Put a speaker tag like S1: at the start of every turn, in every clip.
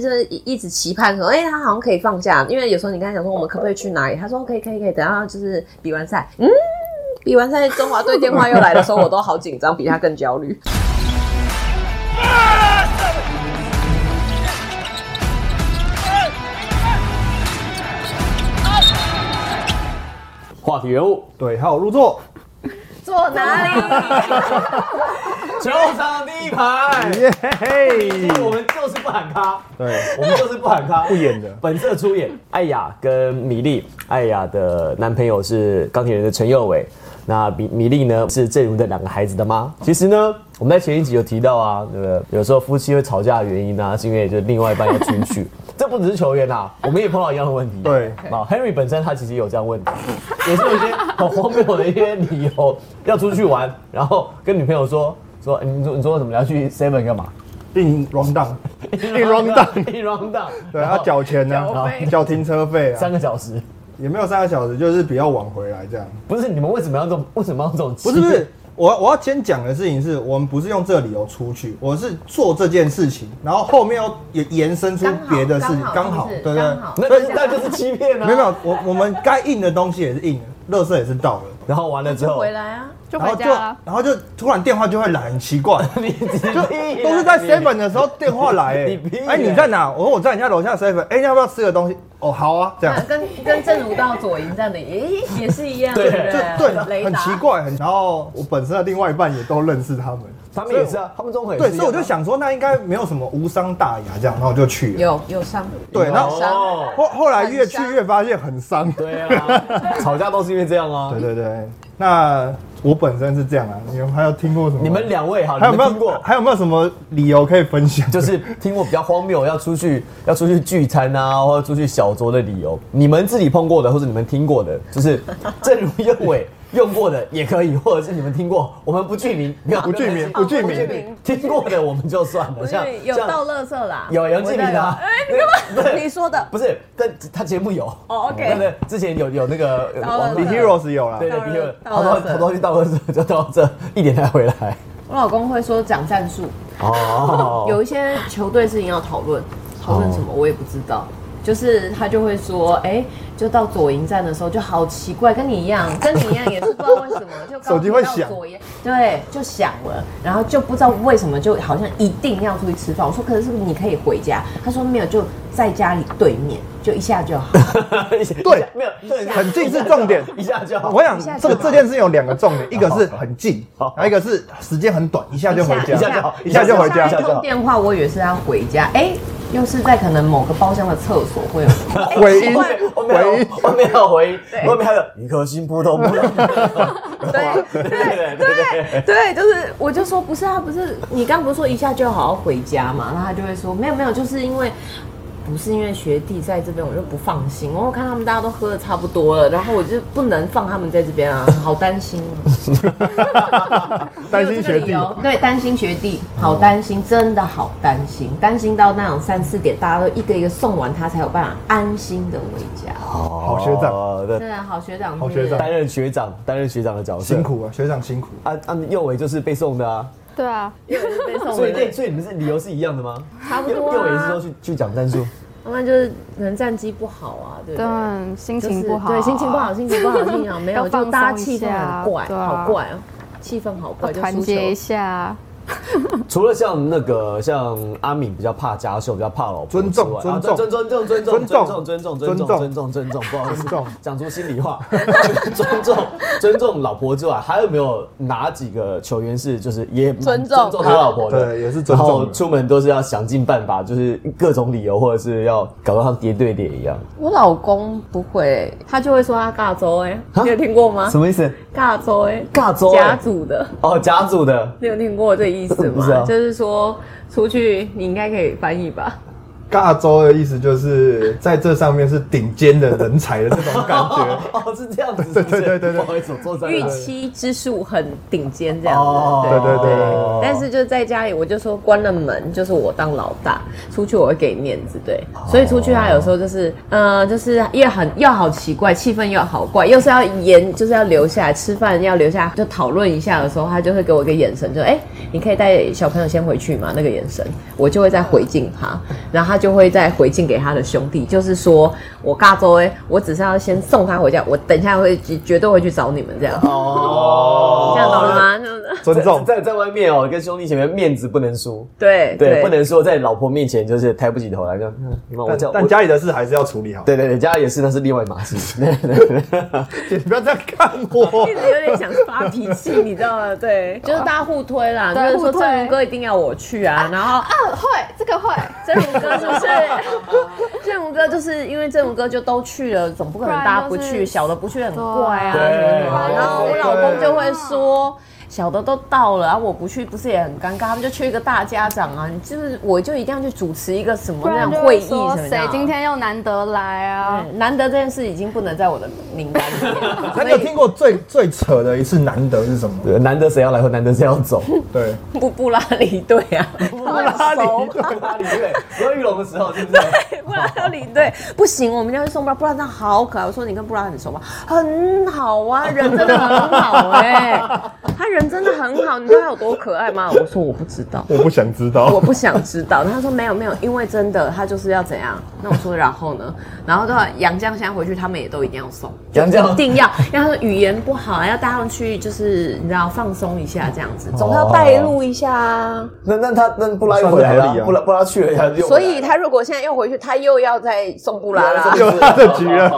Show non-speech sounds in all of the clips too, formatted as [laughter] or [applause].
S1: 就是一直期盼说，哎、他好像可以放假，因为有时候你跟他讲说我们可不可以去哪里，他说可以可以可以，等到就是比完赛，嗯，比完赛中华队电话又来的时候，我都好紧张，比他更焦虑。
S2: 话题人物，
S3: 对号入座，
S1: 坐哪里？
S2: 球场第一排。
S3: 耶嘿
S2: 其实我们就是不喊他，
S3: 对，
S2: [laughs] 我们就是不喊他，
S3: 不演的
S2: 本色出演。艾雅跟米粒，艾雅的男朋友是钢铁人的陈宥伟，那米米粒呢是正如的两个孩子的妈。其实呢，我们在前一集有提到啊，那个有时候夫妻会吵架的原因呢、啊是因为就是另外一半要出
S3: [laughs]
S2: 去。这不只是球员啊，我们也碰到一样的问题。
S3: 对
S2: 啊，Henry 本身他其实也有这样问题， [laughs] 也是有一些很荒谬的一些理由要出去玩，然后跟女朋友说说，欸你说你说怎么你要去 Seven
S3: [laughs]
S2: 干嘛？
S3: 硬 round down，
S2: 一
S3: round down
S2: [laughs] 一 round down，
S3: 对，
S2: 然后
S3: 要缴钱呢，缴停车费
S2: 三
S3: 啊，
S2: 个小时。
S3: 也没有三个小时，就是比较晚回来这样。
S2: 不是你们为什么要这种？ [laughs] 为什么要这种？
S3: 不是不是，，我我要先讲的事情是我们不是用这个理由出去，我是做这件事情，然后后面又延伸出别的事情，刚好，对对，
S2: 那就是那就是欺骗啊！
S3: 没有没有，我我们该硬的东西也是硬的，垃圾也是到了，
S2: 然后完了之后
S1: 回，来啊！
S4: 就
S3: 然
S4: 回
S3: 后就
S4: 家了。
S3: 然后就突然电话就会来，很奇怪。
S2: 你就
S3: [laughs] 就都是在 seven 的时候电话
S2: [laughs]
S3: 来、
S2: 你啊
S3: 欸
S2: 屁，
S3: 哎、你在哪？我说我在人家楼下 seven，哎、要不要吃个东西？哦，好啊，
S2: [laughs]
S3: 这样
S1: 那，跟跟正如到左营站的，诶、也是一样，
S2: 对
S1: 对不
S3: 就
S1: 对？啊
S3: 对，
S1: 雷
S3: 很
S1: 达
S3: 奇。怪，很。然后我本身的另外一半也都认识他们，
S2: 他们也是啊，他们中和也是
S3: 对，
S2: 一样啊
S3: 所以我就，想说，那应该没有什么无伤大雅这样，然后我就去了。
S1: 有有伤，
S3: 对，然后
S2: 哦
S3: 后后来越去越发现很伤。对
S2: 对啊，
S3: [laughs]
S2: 吵架都是因为这样啊。
S3: 对对，那我本身是这样啊，你们还有听过什么？
S2: 你们两位哈，
S3: 还
S2: 你
S3: 有没
S2: 们听
S3: 有
S2: 过？
S3: 还有没有什么理由可以分享？
S2: 就是听过比较荒谬，要出去 [laughs] 要出去聚餐啊，或者出去小酌的理由，你们自己碰过的，或者你们听过的，就是正如右伟 [laughs] 用过的也可以，或者是你们听过，我们不具名，不要
S3: 不具名，
S2: 不
S3: 不具
S1: 不具
S3: 名
S1: 名，
S2: 听过的我们就算了，
S1: 不是因为有啊到垃圾啦，
S2: 有杨志明的啊，
S1: 我哎在。你说的
S2: 不是，但他节目有
S1: 哦，OK
S2: 对对，之前有有那个呃
S1: 到了
S2: 网
S3: 比
S2: 友
S3: Heroes 有啦。
S2: 对对
S1: 到了
S2: 比尔，
S1: 到
S2: 他
S1: 了
S2: 都他都去到了这就到这一点才回来
S4: 我老公会说讲战术，
S2: 哦
S4: 有一些球队事情要讨论，讨论什
S3: 哦
S4: 么我也不知道。就是他就会说，哎、就到左营站的时候就好奇怪，跟你一样，跟你一样也是不知道为什
S3: [laughs]
S4: 么，就刚
S3: 手机会
S4: 到
S3: 响
S4: 左营，对，就响了，然后就不知道为什么，就好像一定要出去吃饭。我说，可是是不是你可以回家？他说没有，就在家里对面，就一下就好。
S2: [laughs]
S3: 对
S2: 没有对
S3: 很近是重点。
S2: 一下就好
S3: 我想
S4: 一下就
S3: 这
S4: 好
S3: 个这件事有两个重点，一个是很近，然后一个是时间很短，一下 [laughs] 就回家，
S2: 一下就好
S3: 一下就回
S4: 下
S3: 家
S4: 一。通电话我以为是他回家，哎、又是在可能某个包厢的厕所会有。
S3: [laughs]
S1: 哎
S4: 哎
S3: 回音。
S2: 我没有我没有我没有回音，我没有一颗心扑通扑通，
S4: 对
S2: 对对对
S4: [laughs]
S2: 对，
S4: 对，就是我就说不是啊，不是你刚不是说一下就好好回家嘛？然后他就会说没有没有，就是因为不是因为学弟在这边，我就不放心。我看他们大家都喝的差不多了，然后我就不能放他们在这边啊，好担心哦
S3: [laughs] 担心
S4: 没有这
S3: 学弟
S4: 个理由对，担心学弟，好担心，真的好担心，担心到那种三四点，大家都一个一个送完他，才有办法安心的回家。
S2: 好
S3: 学长
S2: 长，哦对，
S4: 对啊，好学长，
S3: 好学长
S2: 担任学长担任学长的角色，
S3: 辛苦啊，学长辛苦。
S2: 啊啊！右伟就是被送的啊，
S5: 对啊，
S4: 被送
S2: 所
S4: 回
S2: 以
S4: 来
S2: 对，所以你们是理由是一样的吗？
S4: 差不
S2: 右
S4: 多、啊。
S2: 右伟是说去去讲战术，
S4: 要不然就是可能战绩不好啊，对不对？
S5: 但心
S4: 就是
S5: 情不好，
S4: 对，心情不好，心情不好，心情好，没有，
S5: 要
S4: 就
S5: 放松
S4: 大家气氛
S5: 一下
S4: 很怪，
S5: 对啊
S4: 好怪哦，气氛好怪，
S5: 要
S4: 就
S5: 团
S4: 输球
S5: 结一下。
S2: 除了像那个像阿敏比较怕家秀，比较怕老婆之外，
S3: 尊重
S2: 啊
S3: 尊重
S2: 尊尊重尊重尊
S3: 尊重
S2: 重尊重尊
S3: 尊
S2: 重
S3: 重
S2: 尊重尊重，不好意思
S3: 尊重，
S2: 讲出心里话， [laughs] 尊重尊重老婆之外，还有没有哪几个球员是就是也蛮
S1: 尊重
S2: 尊重他老婆的？
S3: 对也是尊
S2: 然
S3: 重的
S2: 后出门都是要想尽办法，就是各种理由，或者是要搞到像叠对叠一样，
S1: 我老公不会，他就会说他尬州哎、
S2: 啊
S1: 你有听过吗？
S2: 什么意思？
S1: 尬州哎、
S2: 尬州欸
S1: 甲组的，
S2: 哦，甲组的
S1: 你有听过这意思
S2: 不
S1: 吗？
S2: 是啊
S1: 就是说出去，你应该可以翻译吧？
S3: 尬州的意思就是在这上面是顶尖的人才的这种感觉。
S2: 哦哦，是这样子，是不是
S3: 对对对对对
S2: 不好意思，我坐在
S1: 预
S2: 那里
S1: 期之数很顶尖这样子，
S2: 哦
S1: 对。
S3: 对对对
S1: 但是就在家里，我就说关了门，就是我当老大，出去我会给面子，对。
S2: 哦
S1: 所以出去他有时候就是，呃，就是也很又好奇怪，气氛又好怪，又是要演，就是要留下来吃饭，要留下来就讨论一下的时候，他就会给我一个眼神，就哎、你可以带小朋友先回去嘛，那个眼神，我就会再回敬他，然后他就会再回敬给他的兄弟，就是说我尬周哎，我只是要先送他回家，我等一下会绝对会去找你们这样，
S2: 哦
S1: 这样懂了？吗？对不对
S2: 尊
S3: 尊
S2: 重
S3: 重
S2: 在在外面哦，跟兄弟前面面子不能输，
S1: 对
S2: 对，不能说在老婆面前就是抬不起头来，就嗯那 [laughs] 我
S3: 但
S2: 叫
S3: 但
S2: 我
S3: 家里的事还是要处理好。
S2: 对对对，家里也是，那是另外一码事。对对对
S3: 姐， [laughs] 你不要再看
S1: [laughs]
S3: 我，
S1: 一。直有点想发脾气，你知道吗？对，就是大家互推啦，就
S5: 对
S1: 是说
S5: 互推
S1: 正如哥一定要我去啊，然后
S5: 嗯，会这个会，
S1: 正如哥是不 [laughs]
S4: [laughs]
S1: 是？正如哥就是因为正如哥就都去了，总不可能大家不
S5: 不然就
S1: 去，
S5: 是
S1: 小的不去很怪啊
S2: 对
S1: 什么什么的。
S2: 对
S1: 然后我老公就
S5: 啊
S1: 会说。小的都到了，啊，我不去不是也很尴尬？他们就缺一个大家长啊，你就是我就一定要去主持一个什么
S5: 不
S1: 那
S5: 然
S1: 种
S5: 就
S1: 会
S5: 会
S1: 议什么
S5: 说
S1: 的。
S5: 谁今天又难得来啊？
S1: 嗯难得这件事已经不能在我的名单里面
S2: [laughs]
S3: 那你有听过最最扯的一次难得是什么？
S2: 对，难得谁要来，或难得谁要走。
S3: 对，
S1: 布布拉里队啊，布
S2: 不拉你，不拉你，对，何玉龙的时候是不是？
S1: 布拉要领队不行，我们一定要去送布拉，布拉真的好可爱。我说你跟布拉很熟吗？很好啊，人真的很好哎、他人真的很好，你知道他有多可爱吗？我说我不知道。
S3: 我不想知
S1: 我
S3: 道。
S1: 不想知道，他说没有没有，因为真的他就是要怎样。那我说然后呢？然后的话，杨绛现在回去，他们也都一定要送，
S2: 杨
S1: 一
S2: 绛
S1: 定要。然后他说语言不好，要带他们去，就是你知道放松一下这样子，总要带路一下啊。
S2: 那那他那布拉又回来
S3: 算是合理
S2: 了，
S3: 啊
S2: 布拉布拉去了，他又回来了
S1: 所以他如果现在又回去，他又要再送布拉
S2: 啊
S1: 啦。
S3: 又他的局了，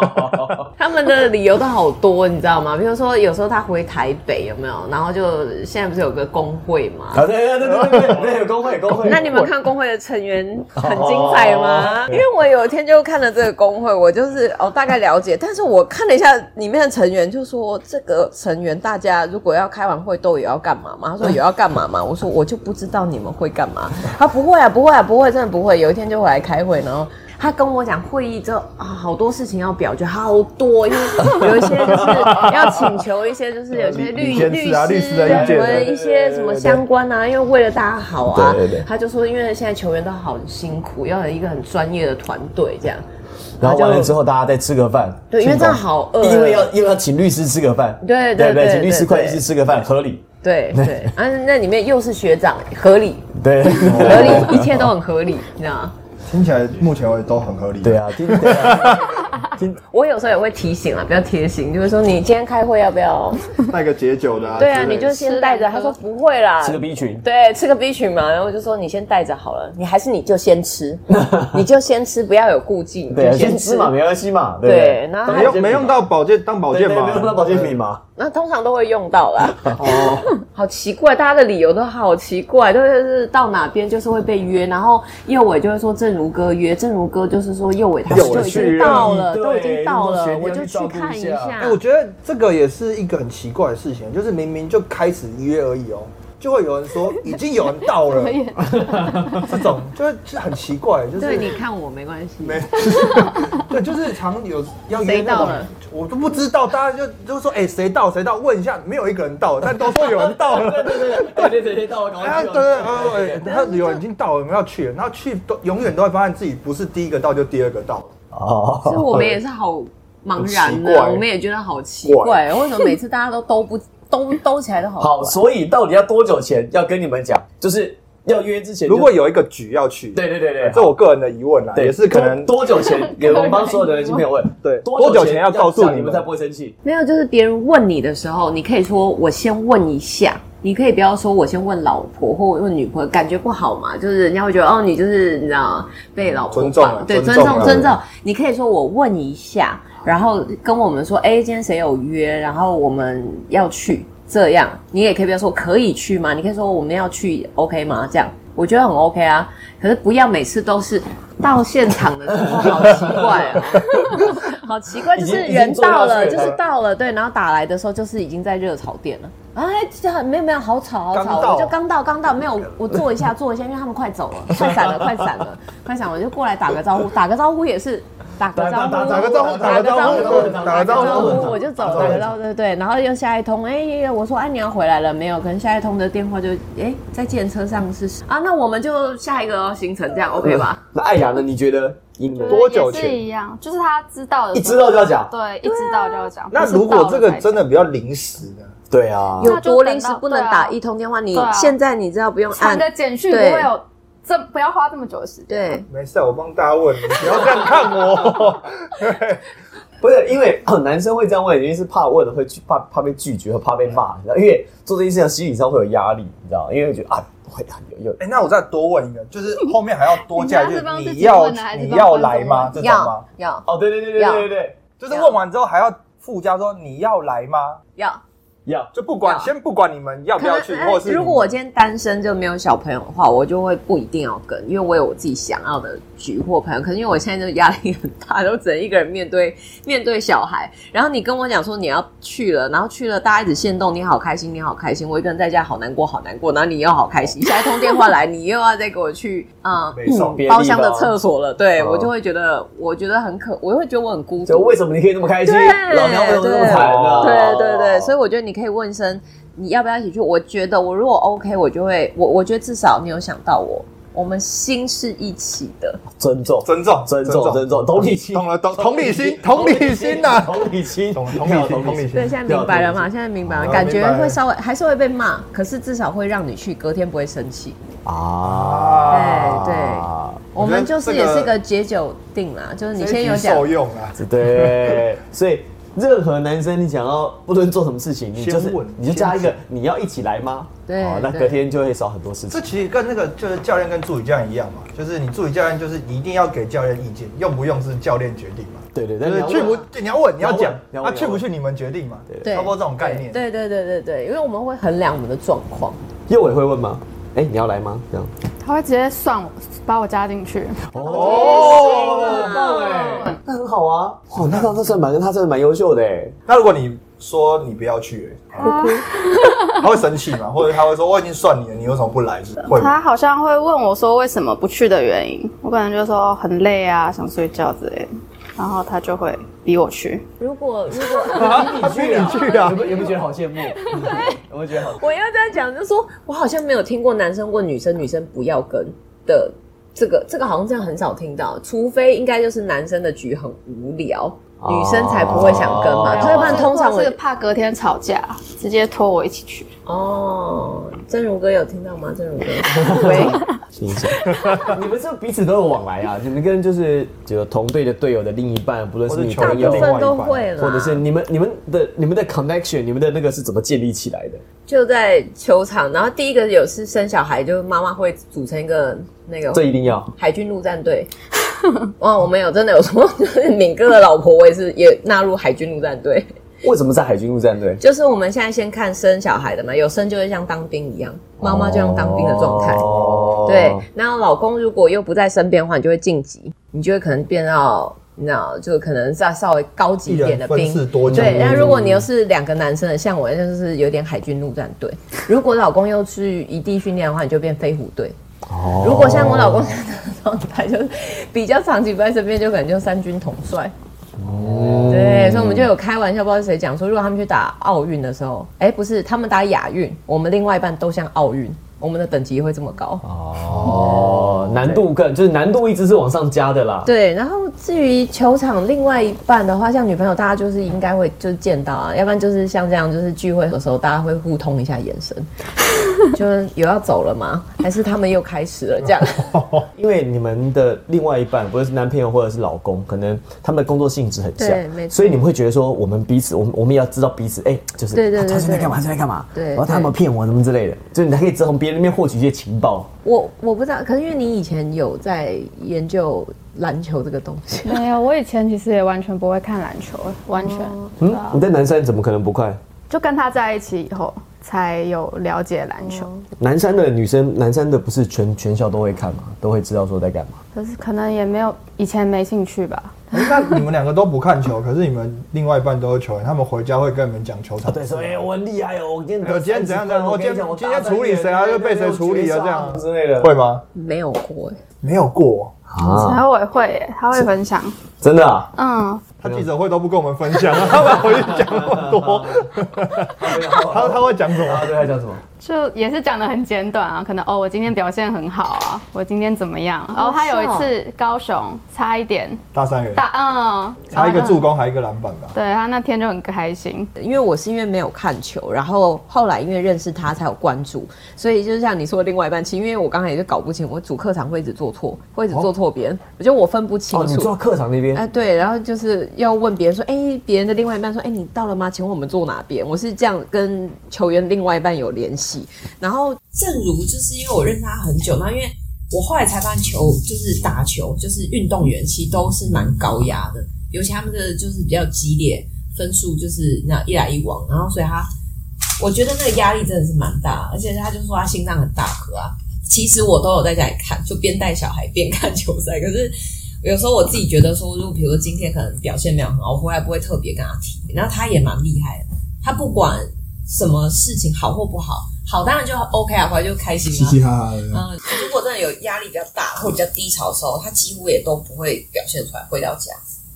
S1: 他们的理由都好多，你知道吗？比如说，有时候他回台北有没有？然后就现在不是有个工会嘛？
S2: 啊，对对对对对对，有工会工会。
S1: 那你们看工会的成员很精彩吗？因为我有一天就看了这个工会，我就是哦大概了解，但是我看了一下里面的成员，就说这个成员大家如果要开完会都有要干嘛吗？他说有要干嘛吗？我说我就不知道你们会干嘛。他不会啊，不会啊，不会，真的不会。有一天就回来开会，然后。他跟我讲会议之后啊，好多事情要表决，好多，因为有一些就是要请求一些，就是有些律
S3: 理监
S1: 律
S3: 事啊律师的意
S1: 什
S3: 见
S1: 么
S3: 对
S1: 一些什么相关啊，因为为了大家好啊，
S2: 对对对
S1: 他就说，因为现在球员都好辛苦，要有一个很专业的团队这样。
S2: 然后完了之
S1: 后，
S2: 后，大家再吃个饭。
S1: 对，因为
S2: 庆
S1: 这
S2: 功
S1: 样，好饿，
S2: 因为要因为要请律师吃个饭。
S1: 对
S2: 对
S1: 对
S2: 不对，
S1: 对
S2: 请律师
S1: 对
S2: 会计
S1: 对
S2: 师吃个饭合理。 [laughs]
S1: 对对，啊，那里面又是学长，合理
S2: 对，
S1: [laughs] 合理，一切都很合理，你知道吗？
S3: 听起来目前为止都很合理。
S2: 对，啊，听对啊，听
S1: 我有时候也会提醒啊，比较贴心，就是说你今天开会要不
S2: 啊
S1: 要？
S3: 带个解酒的啊
S1: 对啊，
S3: 之类
S1: 你
S3: 的
S1: 就先带着。
S5: 吃
S1: 他
S5: 两
S1: 说
S5: 颗
S1: 不会啦，
S2: 吃个 B 群。
S1: 对，吃个 B 群嘛，然后我就说你先带着好了，你还是你就先
S2: [laughs]
S1: 吃，你就先吃，不要有顾忌，你
S2: 对啊，
S1: 就
S2: 先
S1: 先
S2: 吃
S1: 吃
S2: 嘛，。没关系嘛。对
S1: 对然后
S3: 没用没用到保健当保
S2: 保
S3: 健
S2: 没
S3: 嘛，
S2: 用到保健品嘛。
S1: 那通常都会用到啦。
S2: 哦，
S1: [laughs] 好奇怪，大家的理由都好奇怪，都是到哪边就是会被约，然后右伟就会说正如哥约，正如哥就是说右伟他
S2: 右
S1: 们
S2: 伟
S1: 就已
S2: 去
S1: 经
S2: 了
S1: 到了，
S2: 对
S1: 都已经到了，
S2: 你
S1: 我
S2: 就
S1: 就
S2: 去
S1: 去看一
S2: 照顾一下
S1: 下
S3: 哎、。我觉得这个也是一个很奇怪的事情，就是明明就开始约而已哦，就会有人说已经有人到
S4: 哎
S3: 了，这种就是就很奇怪，就是
S1: 对，你看我没关系。
S3: 没，对，就是常有要约
S1: 谁
S3: 那
S1: 到
S3: 种
S1: 了，
S3: 我都不知道，大家就就说哎、谁到谁到，问一下，没有一个人到，但都说有人到了。
S2: 对对对对对对，到我赶
S3: 啊，对对对，呃，哎他有人已经到了，我们要去了，然后去都永远都会发现自己不是第一个到，就第二个到了。
S1: 所以
S2: [laughs] 哦，
S1: 我们也是好茫然
S3: 很奇
S1: 的，
S3: 怪
S1: 我们也觉得好奇怪，为什么每次大家都兜不 [laughs] 兜兜起来都好
S2: 好，
S1: 怪
S2: 所以到底要多久前要跟你们讲？就是要约之前就，
S3: 如果有一个局要去，
S2: 对对对对，
S3: 这我个人的疑问啦，啊
S2: 对
S3: 也是可能
S2: 多多
S1: [laughs]
S2: 久前给我们帮所有的人性朋友问，
S3: 对多久前要告诉
S2: 讲
S3: 你
S2: 你们
S3: 们
S2: 才不会生气？
S1: 没有，就是别人问你的时候，你可以说我先问一下，你可以不要说我先问老婆或问女朋友，感觉不好嘛，就是人家会觉得哦，你就是你知道被老婆
S3: 尊重
S1: 绑
S3: 啊
S1: 对，尊
S3: 尊
S1: 重
S3: 重啊
S1: 尊重，你可以说我问一下，然后跟我们说，哎，今天谁有约，然后我们要去，这样你也可以不要说可以去吗？你可以说我们要去，OK 吗？这样。我觉得很 OK 啊，可是不要每次都是到现场的时候，好奇怪哦，好奇怪，就
S2: 已
S1: 是
S2: 经已经
S1: 人
S2: 做
S1: 到
S2: 下
S1: 了，
S2: 去了
S1: 就是到了，对，然后打来的时候就是已经在热炒店了。哎，这很没有没有，好吵好
S3: 刚
S1: 吵，
S3: 到
S1: 我就刚到刚到，没有我坐一下坐一下，因为他们快走了， [laughs] 快散了快散了快散了，我就过来打个招 [laughs] 呼，打个招呼也是打个招呼，
S3: 打个招呼，
S1: 打
S3: 打
S1: 个
S3: 个
S1: 招
S3: 招
S1: 呼，
S3: 呼，打个
S1: 打个
S3: 招
S1: 招
S3: 呼，
S1: 呼我就走了，打个招呼，对对，然后又下一通，哎，我说哎你要回来了没有？可能下一通的电话就哎在电车上是啊，那我们就下一个行程这样 OK 吧？
S2: 嗯那艾雅呢？你觉得你们
S3: 多久前
S5: 也是一样，就是他知道的时候，
S2: 一知道就要讲
S5: 对，一知道就要讲。
S3: 那
S5: 不是
S3: 如果这个
S5: 到了才
S3: 真的比较临时的，
S2: 对啊，
S1: 有
S5: 那就
S1: 多
S5: 等
S1: 临时
S5: 到
S1: 不能
S5: 对啊
S1: 打一通电话，你
S5: 对啊
S1: 现在你知道不用按
S5: 传个简讯不
S1: 对
S5: 会有这不要花这么久的时间。
S1: 对，
S3: 没事啊，我帮大家问，你不要这样看我。
S2: 不是因为男生会这样问，原因是怕问了会拒，怕怕被拒绝，怕被骂，你知道？因为做这件事情心理上会有压力，你知道？因为会觉得啊，会啊有有
S3: 哎、那我再多问一个，就是后面还要多加一
S5: 你
S3: 句
S5: 是帮，自己
S3: 你要
S5: 问的还是
S3: 你
S5: 帮
S3: 要
S5: 观众
S3: 来吗？这
S5: 问
S3: 种吗？
S1: 要
S2: 哦，对对对对
S1: 要
S2: 对对对，
S3: 就是问完之后还要附加说你要来吗？
S1: 要。
S2: 要
S3: 就不管
S1: 要
S3: 先不管你们要不
S1: 可
S3: 要
S1: 能
S3: 去，
S1: 哎
S3: 或者是
S1: 如果我今天单身就没有小朋友的话，我就会不一定要跟，因为我有我自己想要的局或朋友。可是因为我现在就压力很大，都只能一个人面对 [laughs] 面对小孩。然后你跟我讲说你要去了，然后去了大家一直限动，你好开心，你好开心，我一个人在家好难过，好难过。然后你又好开心，下一通电话来，你又要再给我去啊、
S3: 没送
S2: 别的地方
S1: 包厢的厕所了。对
S2: 哦
S1: 我就会觉得，我觉得很可，我会觉得我很孤
S2: 就
S1: 独。
S2: 为什么你可以那么开心？
S1: 对
S2: 老娘为什么那么惨啊呢？
S1: 对对对，所以我觉得你可以问一声，你要不要一起去？我觉得我如果 OK，我就会，我我觉得至少你有想到我，我们心是一起的。
S2: 尊重，
S3: 尊重
S2: 尊重，尊重，同理心，
S3: 懂了懂同理心同理心呐
S2: 同理心，
S3: 懂了同理心
S2: 同
S3: 同
S2: 理
S3: 理
S2: 心。
S1: 对，现
S3: 心。
S1: 在明白了嘛？现在明白了，感觉
S3: 明白了
S1: 会稍微还是会被骂，可是至少会让你去，隔天不会生气。
S2: 啊，
S1: 哎对我们就是
S3: 这个
S1: 也是个解酒定啦，就是你
S3: 这一
S1: 先有
S3: 集
S1: 讲
S3: 受用啊，
S2: 对对，所以任何男生你想要不论做什么事情，你就是
S3: 先问
S2: 你就加一个你要一起来吗？
S1: 对
S2: 哦那
S1: 对
S2: 隔天就会少很多事
S3: 这
S2: 情。
S3: 其实跟那个就是教练跟助理教练一样嘛，就是你助理教练就是你一定要给教练意见，用不用是教练决定嘛。
S2: 对对，
S3: 就
S2: 但
S3: 是
S2: 你要
S3: 去
S2: 问
S3: 不
S2: 啊
S3: 你要问你要
S2: 要问
S3: 讲，
S2: 要
S3: 啊
S2: 问
S3: 去不去你们决定嘛，
S1: 对
S3: 差不多这种概念。
S1: 对对对对对，因为我们会衡量我们的状况。
S2: 叶伟会问吗？哎，你要来吗？这样
S5: 他会直接算我，把我加进去。
S3: 哦，
S2: 那很好啊。哦，那那那算蛮，他真的蛮优秀的哎。
S3: 那如果你说你不要去、欸，他会生气吗？或者他会说我已经算你了，你为什么不来？会吗？
S5: 他好像会问我说为什么不去的原因，我可能就说很累啊，想睡觉之类的，然后他就会逼我去。
S1: 如果如果
S2: 你去啊，去啊，有没有有没有觉得好羡慕？有没有觉得好？
S1: 我要这样讲，就说我好像没有听过男生问女生，女生不要跟的这个，这个好像真的很少听到，除非应该就是男生的局很无聊，
S2: 哦
S1: 女生才不会想跟
S5: 哎
S1: 嘛，
S2: 哦
S1: 要不然通常我
S5: 是怕隔天吵架，直接拖我一起去。
S1: 哦，真如哥有听到吗？真
S2: [laughs]
S1: 如哥，喂，
S2: 欣赏。你们是不是彼此都有往来啊？你们跟就是就同队的队友的另一半，不论是啊女
S3: 或
S1: 大
S3: 者
S2: 朋友
S1: 部
S3: 球友，
S1: 分都会啦，
S2: 或者是你们你们的你们的 connection，你们的那个是怎么建立起来的？
S1: 就在球场，然后第一个有是生小孩，就是妈妈会组成一个那个
S2: 这一定要。
S1: 海军陆战
S2: [laughs]
S1: 队。哇，我们有真的有说，就是敏哥的老婆，我也是也纳入海军陆战队。
S2: 为什么在海军陆战队？
S1: 就是我们现在先看生小孩的嘛，有生就会像当兵一样，妈妈就像当兵的状态。
S2: 哦
S1: 对，然后老公如果又不在身边的话，你就会晋级，你就会可能变到，你知道，就可能再稍微高级一点的
S3: 一人
S1: 兵
S3: 分饰。多角
S1: 对，那如果你又是两个男生的，像我就是有点海军陆战队。如果老公又去异地训练的话，你就变飞虎队。
S2: 哦
S1: 如果像我老公这样的状态，就是比较长期不在身边，就可能就三军统帅。
S2: 哦
S1: 对，所以我们就有开玩笑，不知道是谁讲说，如果他们去打奥运的时候，哎、不是他们打亚运，我们另外一半都像奥运，我们的等级会这么高。
S2: 哦，难度更就是难度一直是往上加的啦。
S1: 对，然后至于球场另外一半的话，像女朋友，大家就是应该会就是见到啊，要不然就是像这样，就是聚会的时候大家会互通一下眼神，就是有要走了吗？还是他们又开始了这样？
S2: 因为你们的另外一半，不论是男朋友或者是老公，可能他们的工作性质很像
S1: 对没，错
S2: 所以你们会觉得说，我们彼此，我们我们也要知道彼此，哎、就是
S1: 对对
S2: 啊他
S1: 对
S2: 现在
S1: 对
S2: 干嘛，他现在干嘛，
S1: 对
S2: 然后他有没有
S1: 对
S2: 骗我什么之类的，就是你还可以从别人那边获取一些情报。
S1: 我我不知道，可是因为你以前有在研究篮球这个东西，
S5: 没有，我以前其实也完全不会看篮球，完全、
S2: 嗯，
S1: 啊
S2: 你在南山怎么可能不快？
S5: 就跟他在一起以后才有了解篮球。
S2: 南山的女生，南山的不是全全校都会看嘛，都会知道说在干嘛。
S5: 可是可能也没有以前没兴趣吧。
S3: 哎那你们两个都不看球，可是你们另外一半都是球员，他们回家会跟你们讲球场。
S2: 对，说哎、我很厉害哦，我今天
S3: 啊哎我今天怎样怎样
S2: 我跟你讲
S3: 我
S2: 我
S3: 今天今天处理谁啊又被谁处理啊这样
S2: 之类的。
S3: 会吗？
S1: 没有过哎、
S3: 没有过，
S5: 然
S2: 啊，
S5: 后我也会耶，他会分享。
S2: 真的、啊，
S5: 嗯，
S3: 他记者会都不跟我们分 [laughs] 享，他们回去讲那么多，他他会讲什么？
S2: 啊
S1: [laughs]
S2: 对，还讲什么？
S5: 就也是讲的很简短啊，可能哦，我今天表现很好啊，我今天怎么样？然后他有一次高雄差一点
S3: 大三元，
S5: 打，嗯，
S3: 差一个助攻，还一个篮板吧。
S5: 对他那天就很开心，
S1: 因为我是因为没有看球，然后后来因为认识他才有关注，所以就像你说的另外一半，其实因为我刚才也就搞不清，我主客场会一直做错，会一直做错别人，我觉得我分不清
S2: 哦，你
S1: 楚。
S2: 坐到客场那边
S1: 哎、，对，然后就是要问别人说，哎、别人的另外一半说，哎、你到了吗？请问我们坐哪边？我是这样跟球员另外一半有联系。然后正如就是因为我认识他很久，那因为我后来才发现球就是打球，就是运动员其实都是蛮高压的，尤其他们的就是比较激烈，分数就是那一来一往，然后所以他我觉得那个压力真的是蛮大，而且他就说他心脏很大颗啊。其实我都有在家里看，就边带小孩边看球赛，可是。有时候我自己觉得说，如果比如说今天可能表现没有很好，我回来不会特别跟他提。然后他也蛮厉害的，他不管什么事情好或不好，好当然就 OK 啊，回来就开心啊。
S3: 哈哈的，
S1: 嗯，如果真的有压力比较大或者比较低潮的时候，他几乎也都不会表现出来。回到家，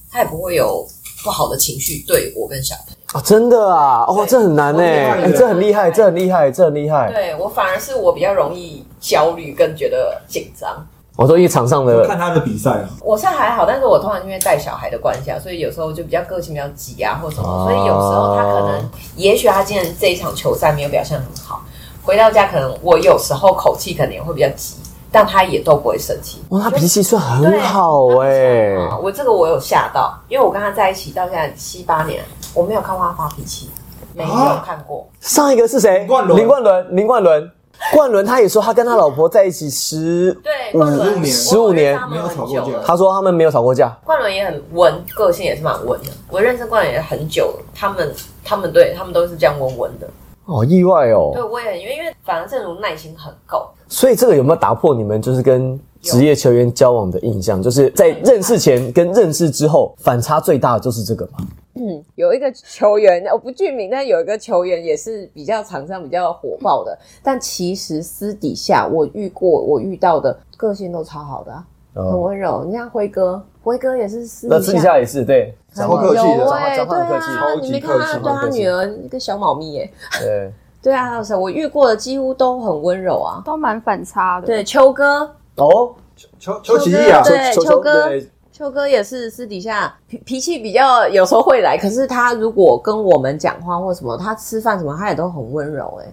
S1: 他也不会有不好的情绪对我跟小朋友。
S2: 啊，真的啊，哦，这很难哎，哎这很厉害，这很厉害，这很厉害。
S1: 对我反而是我比较容易焦虑跟觉得紧张。
S2: 我说因为场上的
S3: 看他的比赛啊，
S1: 我是还好，但是我通常因为带小孩的关系啊，所以有时候就比较个性比较急啊，或什么，
S2: 哦
S1: 所以有时候他可能，也许他今天这一场球赛没有表现很好，回到家可能我有时候口气可能也会比较急，但他也都不会生气。
S2: 哇，他脾气算很好哎，
S1: 啊，我这个我有吓到，因为我跟他在一起到现在七八年，我没有看过他发脾气，没有
S3: 啊
S1: 看过。
S2: 上一个是谁？
S3: 林冠伦
S2: 林冠伦，林冠伦，冠伦他也说他跟他老婆在一起十，
S1: 对，
S2: 五
S1: 冠伦
S2: 十五
S1: 我认识
S2: 年
S1: 他
S3: 没
S1: 们
S3: 有
S1: 很
S3: 吵过
S1: 久
S3: 架
S1: 了
S2: 他说他们没有吵过架。
S1: 冠伦也很温，个性也是蛮温的。我认识冠伦也很久了，他们他们对他们都是这样温温的。
S2: 好意外
S1: 对，
S2: 哦！
S1: 我也很因为因为反而正如耐心很够，
S2: 所以这个有没有打破你们就是跟职业球员交往的印象？就是在认识前跟认识之后反差最大的就是这个嘛？
S1: 嗯有一个球员，我不具名，但有一个球员也是比较场上比较火爆的，但其实私底下我遇过，我遇到的个性都超好的啊、
S3: 嗯
S1: 很
S2: 哦，
S1: 温柔。你像辉哥，辉哥也是私
S2: 那私
S1: 底
S2: 底
S1: 下
S2: 下也是对，
S3: 讲话客气的
S1: 有
S2: 讲话
S1: 欸
S2: 讲话很客气
S1: 对啊，
S3: 超级
S1: 你没看
S3: 客
S1: 他
S3: 气
S1: 对
S2: 很
S1: 他
S2: 客气
S1: 女儿一个小猫咪耶、
S2: 对，
S1: 对啊，还有谁？我遇过的几乎都很温柔啊。
S5: 都蛮反差的。
S1: 对，秋哥，
S2: 哦，
S3: 邱邱奇义啊，
S1: 对秋哥
S2: 对
S1: 秋哥也是私底下脾脾气比较，有时候会来。可是他如果跟我们讲话或什么，他吃饭什么，他也都很温柔、欸。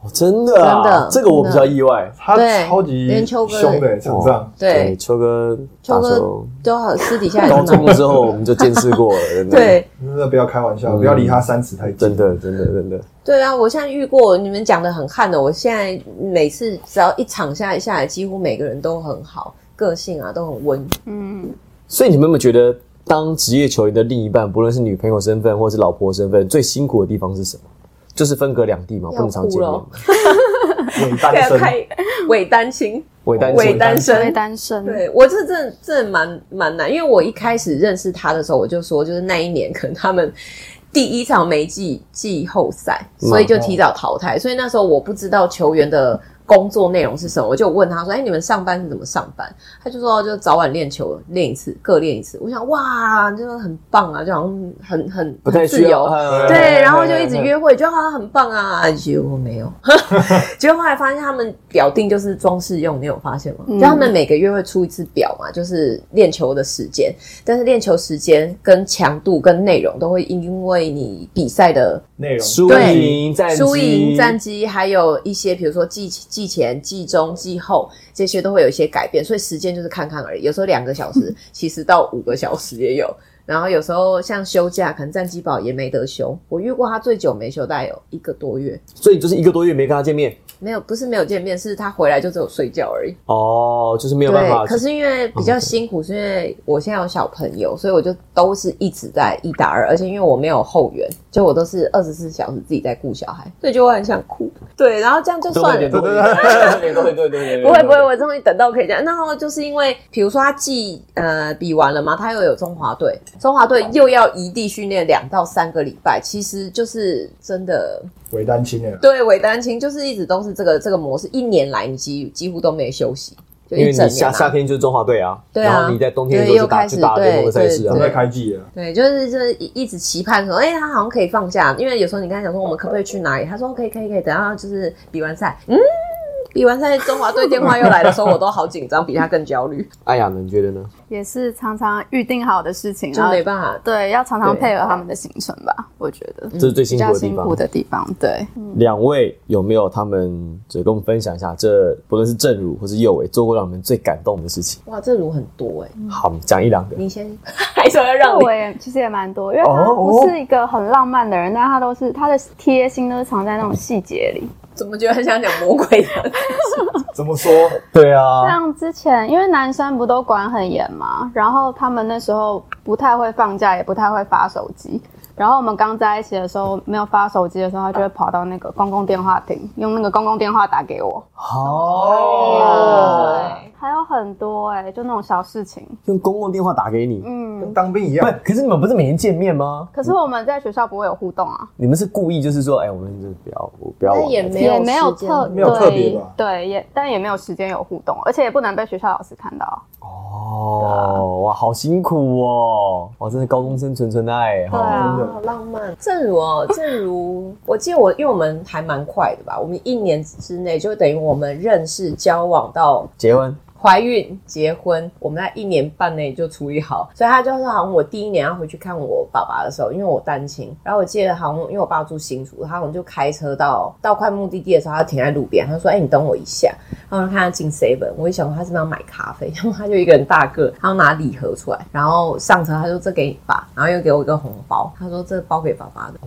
S2: 哦真的啊，
S1: 真的
S2: 这个我比较意外。
S3: 他
S1: 对
S3: 超级
S1: 连邱哥
S3: 凶的场上，
S1: 对，
S2: 秋哥打
S1: 秋哥
S2: 球，
S1: 都很私底下也是
S2: 高
S1: 蛮
S2: 中的时候我们就见识过了，真的，
S1: [laughs] 对
S3: 真的不要开玩笑，不要离他三尺太近。
S2: 嗯真的，真的，真的。
S1: 对啊，我现在遇过你们讲的很悍的，我现在每次只要一场下来下来，几乎每个人都很好，个性啊都很温。
S5: 嗯，
S2: 所以你们有没有觉得，当职业球员的另一半，不论是女朋友身份或是老婆身份，最辛苦的地方是什么？就是分隔两地嘛，不能常见
S1: 要
S2: 面
S1: 哭。
S3: 伪单
S1: 对啊，
S3: 身，
S1: 开 [laughs] 伪单亲，
S2: 伪单
S1: 伪
S2: 身，
S1: 单
S5: 所以
S1: 身。
S5: 单身，
S1: 对我这真的真的蛮蛮难，因为我一开始认识他的时候，我就说，就是那一年可能他们第一场没季季后赛，所以就
S2: 嗯
S1: 提早淘汰，所以那时候我不知道球员的工作内容是什么，我就问他说：“哎，你们上班是怎么上班？”他就说：“就早晚练球，练一次，各练一次。”我想哇，真的很棒啊，就好像很很
S2: 不太
S1: 很自
S2: 需要
S1: 由。。
S2: 嗯
S1: 对，然后就一直。约会，觉得好像很棒啊，结果没 [laughs] 有。结果后来发现他们表定就是装饰用，你有发现吗？
S5: 嗯
S1: 就他们每个月会出一次表嘛，就是练球的时间，但是练球时间跟强度跟内容都会因为你比赛的
S3: 内容
S2: 输
S1: 对
S2: 赢战绩，
S1: 输赢战绩，还有一些比如说季季前、季中、季后这些都会有一些改变，所以时间就是看看而已。有时候两个小时，其实到五个小时也有。然后有时候像休假，可能战绩宝也没得休。我遇过他最久没休，大概有一个多月，
S2: 所以就是一个多月没跟他见面
S1: 没有不是没有见面，是他回来就只有睡觉而已。
S2: 哦，就是没有办法。嗯
S1: 对，可是因为比较辛苦，是因为我现在有小朋友，所以我就都是一直在一打二，而且因为我没有后援，就我都是二十四小时自己在顾小孩，所以就会很想哭。对，然后这样就
S2: 多喝
S1: 算
S2: 一点
S1: 了。
S2: 多喝一点多喝一点多喝一点多喝一点多喝一点
S1: 不会不会，我终于等到可以这样。然后就是因为，比如说他既呃比完了嘛，他又有中华队，中华队又要异地训练两到三个礼拜，其实就是真的
S3: 伪单亲的，啊
S1: 对伪单亲，就是一直都是这个这个模式，一年来你几几乎都没休息。就
S2: 因为
S1: 一整
S2: 你
S1: 年、
S2: 夏夏
S1: 啊。
S2: 天就是中华队啊，
S1: 对啊
S2: 然后你在冬天的
S1: 对
S2: 时候
S1: 又
S2: 就打
S1: 开始
S2: 去打联盟的赛事啊
S1: 对，
S3: 在开季了，
S1: 对，就是就是一一直期盼说，哎、他好像可以放假，因为有时候你跟他讲说我们可不可以去哪里，他说可以可以可以，等到就是比完赛，嗯，比完赛中华队电话又来的时候，我都好紧张，比他更焦虑，
S2: 哎呀，你觉得呢？
S5: 也是常常预定好的事情，
S1: 就
S5: 然后
S1: 没办法。
S5: 对，要常常
S1: 对
S5: 配合他们的行程吧，我觉得。
S2: 这是最
S5: 比
S2: 辛苦
S5: 较
S2: 的地
S5: 辛苦
S2: 方。
S5: 的地方，对，
S2: 两位有没有他们只跟我们分享一下这不论是正如或是右伟做过让你们最感动的事情？
S1: 哇，这乳很多哎、
S2: 好，讲一两个。
S1: 你先还说要让你
S5: 我也其实也蛮多，因为他
S2: 哦
S5: 不是一个很浪漫的人，但他都是他的贴心都是藏在那种细节里。
S1: 怎么觉得很想讲魔鬼的？
S3: 怎么说？
S2: 对啊，
S5: 像之前，因为男生不都管很严嘛，然后他们那时候不太会放假，也不太会发手机。然后我们刚在一起的时候，没有发手机的时候，他就会跑到那个公共电话亭，用那个公共电话打给我。
S2: 哦，
S5: 对，还有很多哎、就那种小事情。
S2: 用公共电话打给你。
S5: 嗯，
S3: 当兵一
S2: 不
S3: 样，，
S2: 可是你们不是每天见面吗？
S5: 可是我们在学校不会有互动啊，
S2: 你们是故意就是说，哎，我们就不要，我不要
S1: 那
S2: 玩。
S1: 也没有
S5: 也没有
S1: 时间
S5: 特
S3: 没有特别吧
S5: 对对，也但也没有时间有互动，而且也不能被学校老师看到。啊
S2: 哦，哇，好辛苦哦！哇，真的高中生纯纯的爱
S5: 对
S2: 哈。
S5: 啊
S3: 哦真，
S1: 好
S3: 的
S1: 浪漫。正如哦，正如我记得我，因为我们还蛮快的吧，我们一年之内就等于我们认识、交往到
S2: 结婚
S1: 怀孕、结婚，我们在一年半内就处理好，所以他就是好像我第一年要回去看我爸爸的时候，因为我单亲，然后我记得好像因为我爸住新竹，他好像就开车到到快目的地的时候，他停在路边，他说：“哎、你等我一下。”然后我看他进 seven，我一想说他是不是要买咖啡，然后哎他就一个人大个，他要拿礼盒出来，然后上车他说：“这给你爸。”然后又给我一个红包，他说：“这包给爸爸的。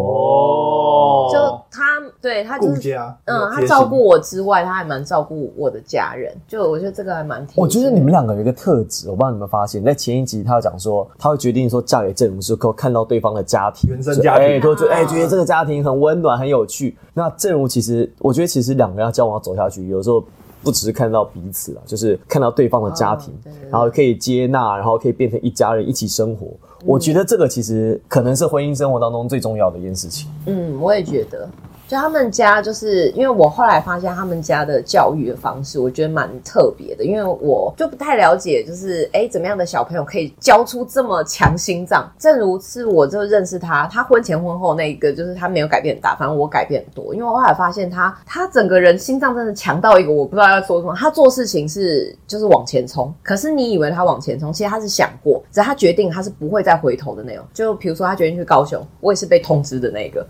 S2: 哦，
S1: 就他对他就
S3: 顾
S1: 是。
S3: 家，
S1: 嗯，
S3: 贴
S1: 他
S3: 心
S1: 照顾我之外，他还蛮照顾我的家人，就我觉得这个还蛮贴心的。
S2: 我觉得你们两个有一个特质，我不知道你们发现，在前一集他有讲说，他会决定说嫁给郑如之后，看到对方的家庭，
S3: 原生家庭
S2: 哎，都觉
S1: 啊
S2: 得哎，觉得这个家庭很温暖，很有趣。那郑如其实，我觉得其实两个人要交往要走下去，有时候。不只是看到彼此啊，就是看到对方的家庭，
S1: 哦对对对
S2: 然后可以接纳，然后可以变成一家人一起生活。
S1: 嗯
S2: 我觉得这个其实可能是婚姻生活当中最重要的一件事情。
S1: 嗯，我也觉得，就他们家就是因为我后来发现他们家的教育的方式，我觉得蛮特别的，因为我就不太了解，就是哎怎么样的小朋友可以教出这么强心脏。正如是哎我就认识他，他婚前婚后那一个就是他没有改变很大，反正我改变很多，因为我后来发现他他整个人心脏真的强到一个我不知道要说什么，他做事情是就是往前冲，可是你以为他往前冲，其实他是想过，只是他决定他是不会再回头的那种。就比如说他决定去高雄，我也是被通知的那个。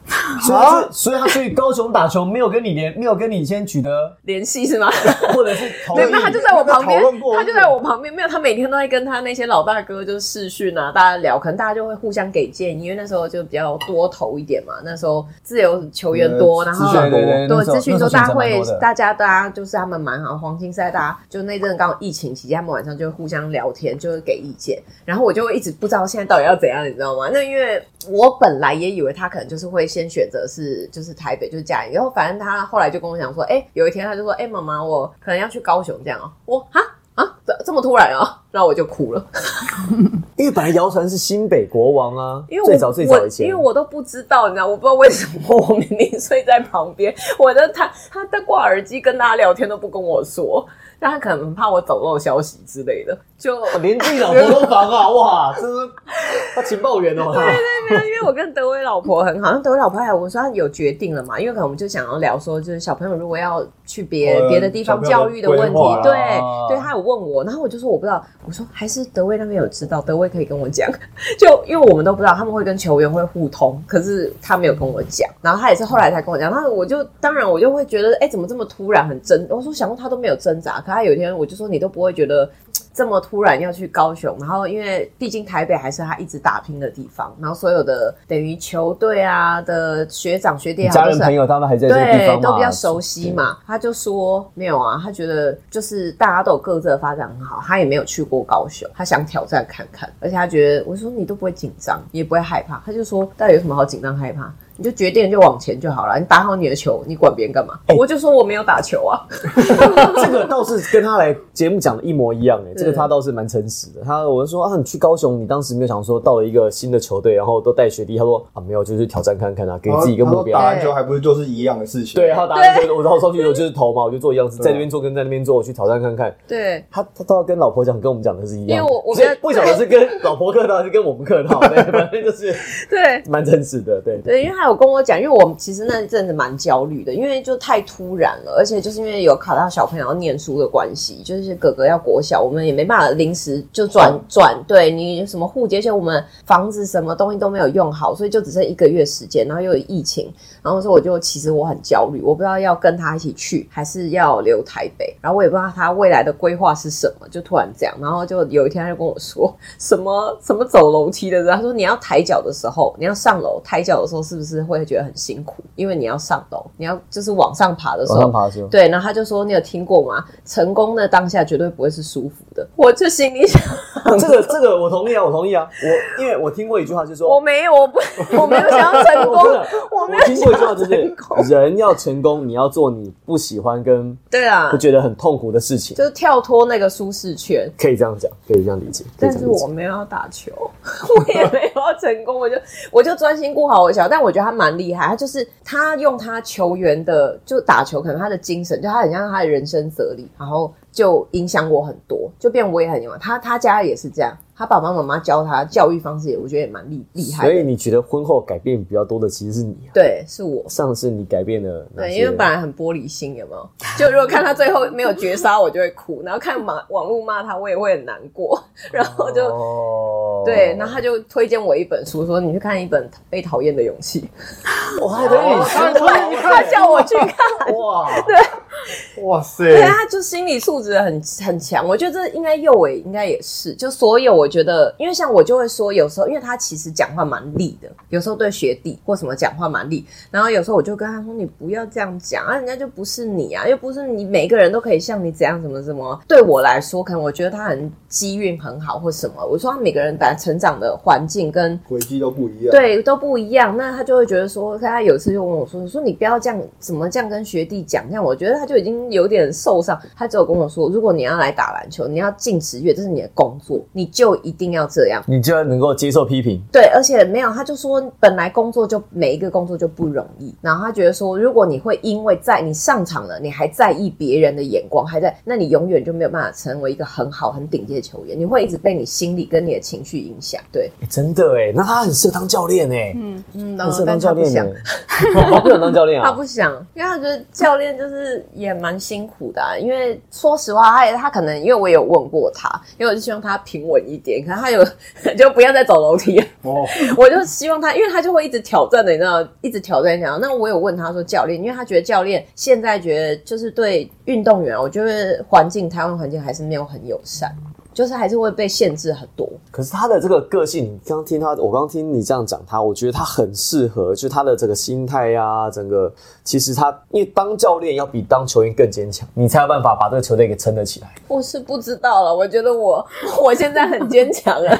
S2: 所以
S1: 啊
S3: 啊
S2: 他去，所以他去高雄打球，没有跟你连，没有跟你先取得，
S1: 联系是吗？
S2: 或者是
S1: [laughs]
S2: 同
S1: 没有，
S2: 意
S1: 没有他就在我旁边
S3: 讨论过，
S1: 他就在我旁边。没有，他每天都在跟他那些老大哥就是视讯啊，大家聊，可能大家就会互相给建议，因为那时候就比较多头一点嘛。那时候自由球员多，然后
S2: 资讯多啊对那
S1: 对
S2: 时候
S1: 资讯
S2: 那时候
S1: 多，大家
S2: 选择
S1: 会
S2: 蛮多的
S1: 大家大家就是他们蛮好，黄金赛大家就那阵刚好疫情期间，他们晚上就会互相聊天，就会给意见。然后我就会一直不知道现在到底要怎样，你知道吗？那因为我本来也以为他可能就是会先选择是就是台北就是家里，然后反正他后来就跟我讲说，哎、有一天他就说，哎、妈妈，我可能要去高雄这样哦、我哈啊，这这么突然啊，然后我就哭了，
S2: 因为本来谣传是新北国王啊，
S1: 因为我
S2: 最早最早以前，
S1: 我因为我都不知道，你知道，我不知道为什么我明明睡在旁边， [laughs] 我的他他在挂耳机跟大家聊天都不跟我说，但他可能怕我走漏消息之类的，就
S2: 我连自己老婆都防啊，哇，这是他情报员
S1: [laughs]
S2: 哦，
S1: 对啊，因为我跟德威老婆很好，像德威老婆还有我说她有决定了嘛，因为可能我们就想要聊说，就是小朋友如果要去别
S3: 呃
S1: 别的地方
S3: 小
S1: 教
S3: 朋友的
S1: 育的问题
S3: 规划，啊
S1: 对对，他有问我，然后我就说我不知道，我说还是德威那边有知道，德威可以跟我讲， [laughs] 就因为我们都不知道他们会跟球员会互通，可是他没有跟我讲，然后他也是后来才跟我讲，然后我就当然我就会觉得，哎、怎么这么突然，很挣，我说想过他都没有挣扎，可他有一天我就说你都不会觉得这么突然要去高雄，然后因为毕竟台北还是他一直打拼的地方，然后所有的等于球队啊的学长学弟
S2: 你
S1: 啊
S2: 家
S1: 都
S2: 人
S1: 是
S2: 朋
S1: 很。
S2: 友他们还在这个地
S1: 对
S2: 方，嘛
S1: 都比较熟悉。嘛，他就说没有啊，他觉得就是大家都有各自的发展很好，他也没有去过高雄，他想挑战看看，而且他觉得我说你都不会紧张，你也不会害怕，他就说到底有什么好紧张害怕？你就决定就往前就好了，你打好你的球，你管别人干嘛？
S2: 哦
S1: 我就说我没有打球啊，
S2: [laughs]
S1: [laughs]
S2: 这个倒是跟他来节目讲的一模一样哎、这个他倒是蛮诚实的。他我就说啊，你去高雄，你当时没有想说到了一个新的球队，然后都带学弟，他说啊没有，就是挑战看看啊，给自己一个
S3: 然后
S2: 目标
S3: 打。篮球还不是就是一样的事情？
S2: 对，他打篮球，我到上去我就是投嘛，我就做一样事，在这边做跟在那边做，我去挑战看看。
S1: 对。
S2: 他他都要跟老婆讲，跟我们讲的是一样的，
S1: 因为我我
S2: 所以
S1: 们
S2: 不晓得是跟老婆客套还是跟我们客
S1: [laughs]
S2: 套，对，反正就是
S1: 对
S2: 蛮真实的，对。
S1: 对，因为他有跟我讲，因为我们其实那一阵子蛮焦虑的，因为就太突然了，而且就是因为有考到小朋友要念书的关系，就是哥哥要国小，我们也没办法临时就转转，对你什么户籍，而且我们房子什么东西都没有用好，所以就只剩一个月时间，然后又有疫情，然后说我就其实我很焦虑，我不知道要跟他一起去还是要留台北，然后我也不知道他未来的规划是什么，就突然这样，然后就有一天他就跟我说，什么什么走楼梯的人，他说你要抬脚的时候，你要上楼抬脚的时候，是不是会觉得很辛苦？因为你要上楼，你要就是往上爬的时
S2: 往上
S1: 候。
S2: 爬的时候，
S1: 对，然后他就说：“你有听过吗？成功的当下绝对不会是舒服的。”我就心里想：“
S2: 这个这个我同意啊，我同意啊，我因为我听过一句话，就是说
S1: 我没有，我不，我没有想要成功
S2: 真的，
S1: 我没
S2: [laughs] 我
S1: 有
S2: 听过一
S1: 想要
S2: 句话，就
S1: 成
S2: 是
S1: 功。
S2: 人要成功，你要做你不喜欢跟”
S1: 对啊
S2: 不，觉得很痛苦的事情
S1: 就，是跳脱那个舒适圈。
S2: 可以这样讲，可以这样理解。可以
S1: 但
S2: 这
S1: 是
S2: 样理解
S1: 我没有要打球，我
S2: [laughs]
S1: 也没有要成功，我就我就专心顾好我的球。但我觉得他蛮厉害，他就是他用他球员的就打球，可能他的精神，就他很像他的人生哲理，然后就影响我很多，就变我也很有。他他家也是这样，他爸爸妈妈教他教育方式也，我觉得也蛮厉厉害
S2: 所以
S1: 的。
S2: 你觉得婚后改变比较多的其实是你啊，
S1: 对，是我。
S2: 上次你改变了哪
S1: 对，
S2: 些
S1: 因为本来很玻璃心，有没有？就如果看他最后没有绝杀，我就会哭；然后看网网络骂他，我也会很难过。然后就
S2: 哦，
S1: 对，然后他就推荐我一本书，说你去看一本《被讨厌的勇气》，
S2: 我还等你
S3: 他他
S1: 他叫我去看。
S3: 哇，对，哇塞，
S1: 对啊，他就心理素质很很强。我觉得这应该右伟应该也是，就所有我觉得，因为像我就会说，有时候因为他其实讲话蛮利的，有时候对学弟或什么讲话蛮利，然后有时候我就跟他说，你不要这样讲啊，人家就不是你啊，又不是你每个人都可以像你怎样怎么怎么。对我来说，可能我觉得他很机运很好或什么，我说他每个人本来成长的环境跟
S3: 轨迹都不一样。，
S1: 对，啊都不一样。那他就会觉得说，他有一次就问我说：“你说你不要这样，怎么这样跟学弟讲？”这样我觉得他就已经有点受伤。他只有跟我说：“如果你要来打篮球，你要进职业，这是你的工作，你就一定要这样。”
S2: 你居然能够接受批评，
S1: 对，而且没有，他就说本来工作就每一个工作就不容易，然后他觉得说，如果你会因为在你上场了，你还在意别人的眼光，还在，那你永远就没有办法成为一个很好、很顶级的球员，你会一直被你心理跟你的情绪影响。对，
S2: 欸真的哎，那他很适合当教练哎，
S1: 嗯，
S2: 很适合
S1: 但
S2: 当
S1: 他
S2: 教
S1: 不
S2: 练
S1: 想
S2: 哎， [laughs] 他不想当教练
S1: 他
S2: 啊
S1: 不，想，因为他觉得教练就是也蛮辛苦的啊、因为说实话，他也他可能因为我有问过他，因为我就希望他平稳一点，可能他有 [laughs] 就不要再走楼梯了。 [laughs]
S3: 哦，
S1: 我就希望他，因为他就会一直挑战的，你知道，一直挑战挑战。那我有问他说教练，因为他觉得教练现在觉得就是对运动员，我觉得环境台湾环境还是没有很友善，就是还是会被限制很多。
S2: 可是他的这个个性，你刚听他，我刚听你这样讲他，我觉得他很适合，就他的这个心态呀、整个其实他因为当教练要比当球员更坚强，你才有办法把这个球队给撑得起来。 [laughs]
S1: 我是不知道了，我觉得我我现在很坚强啊。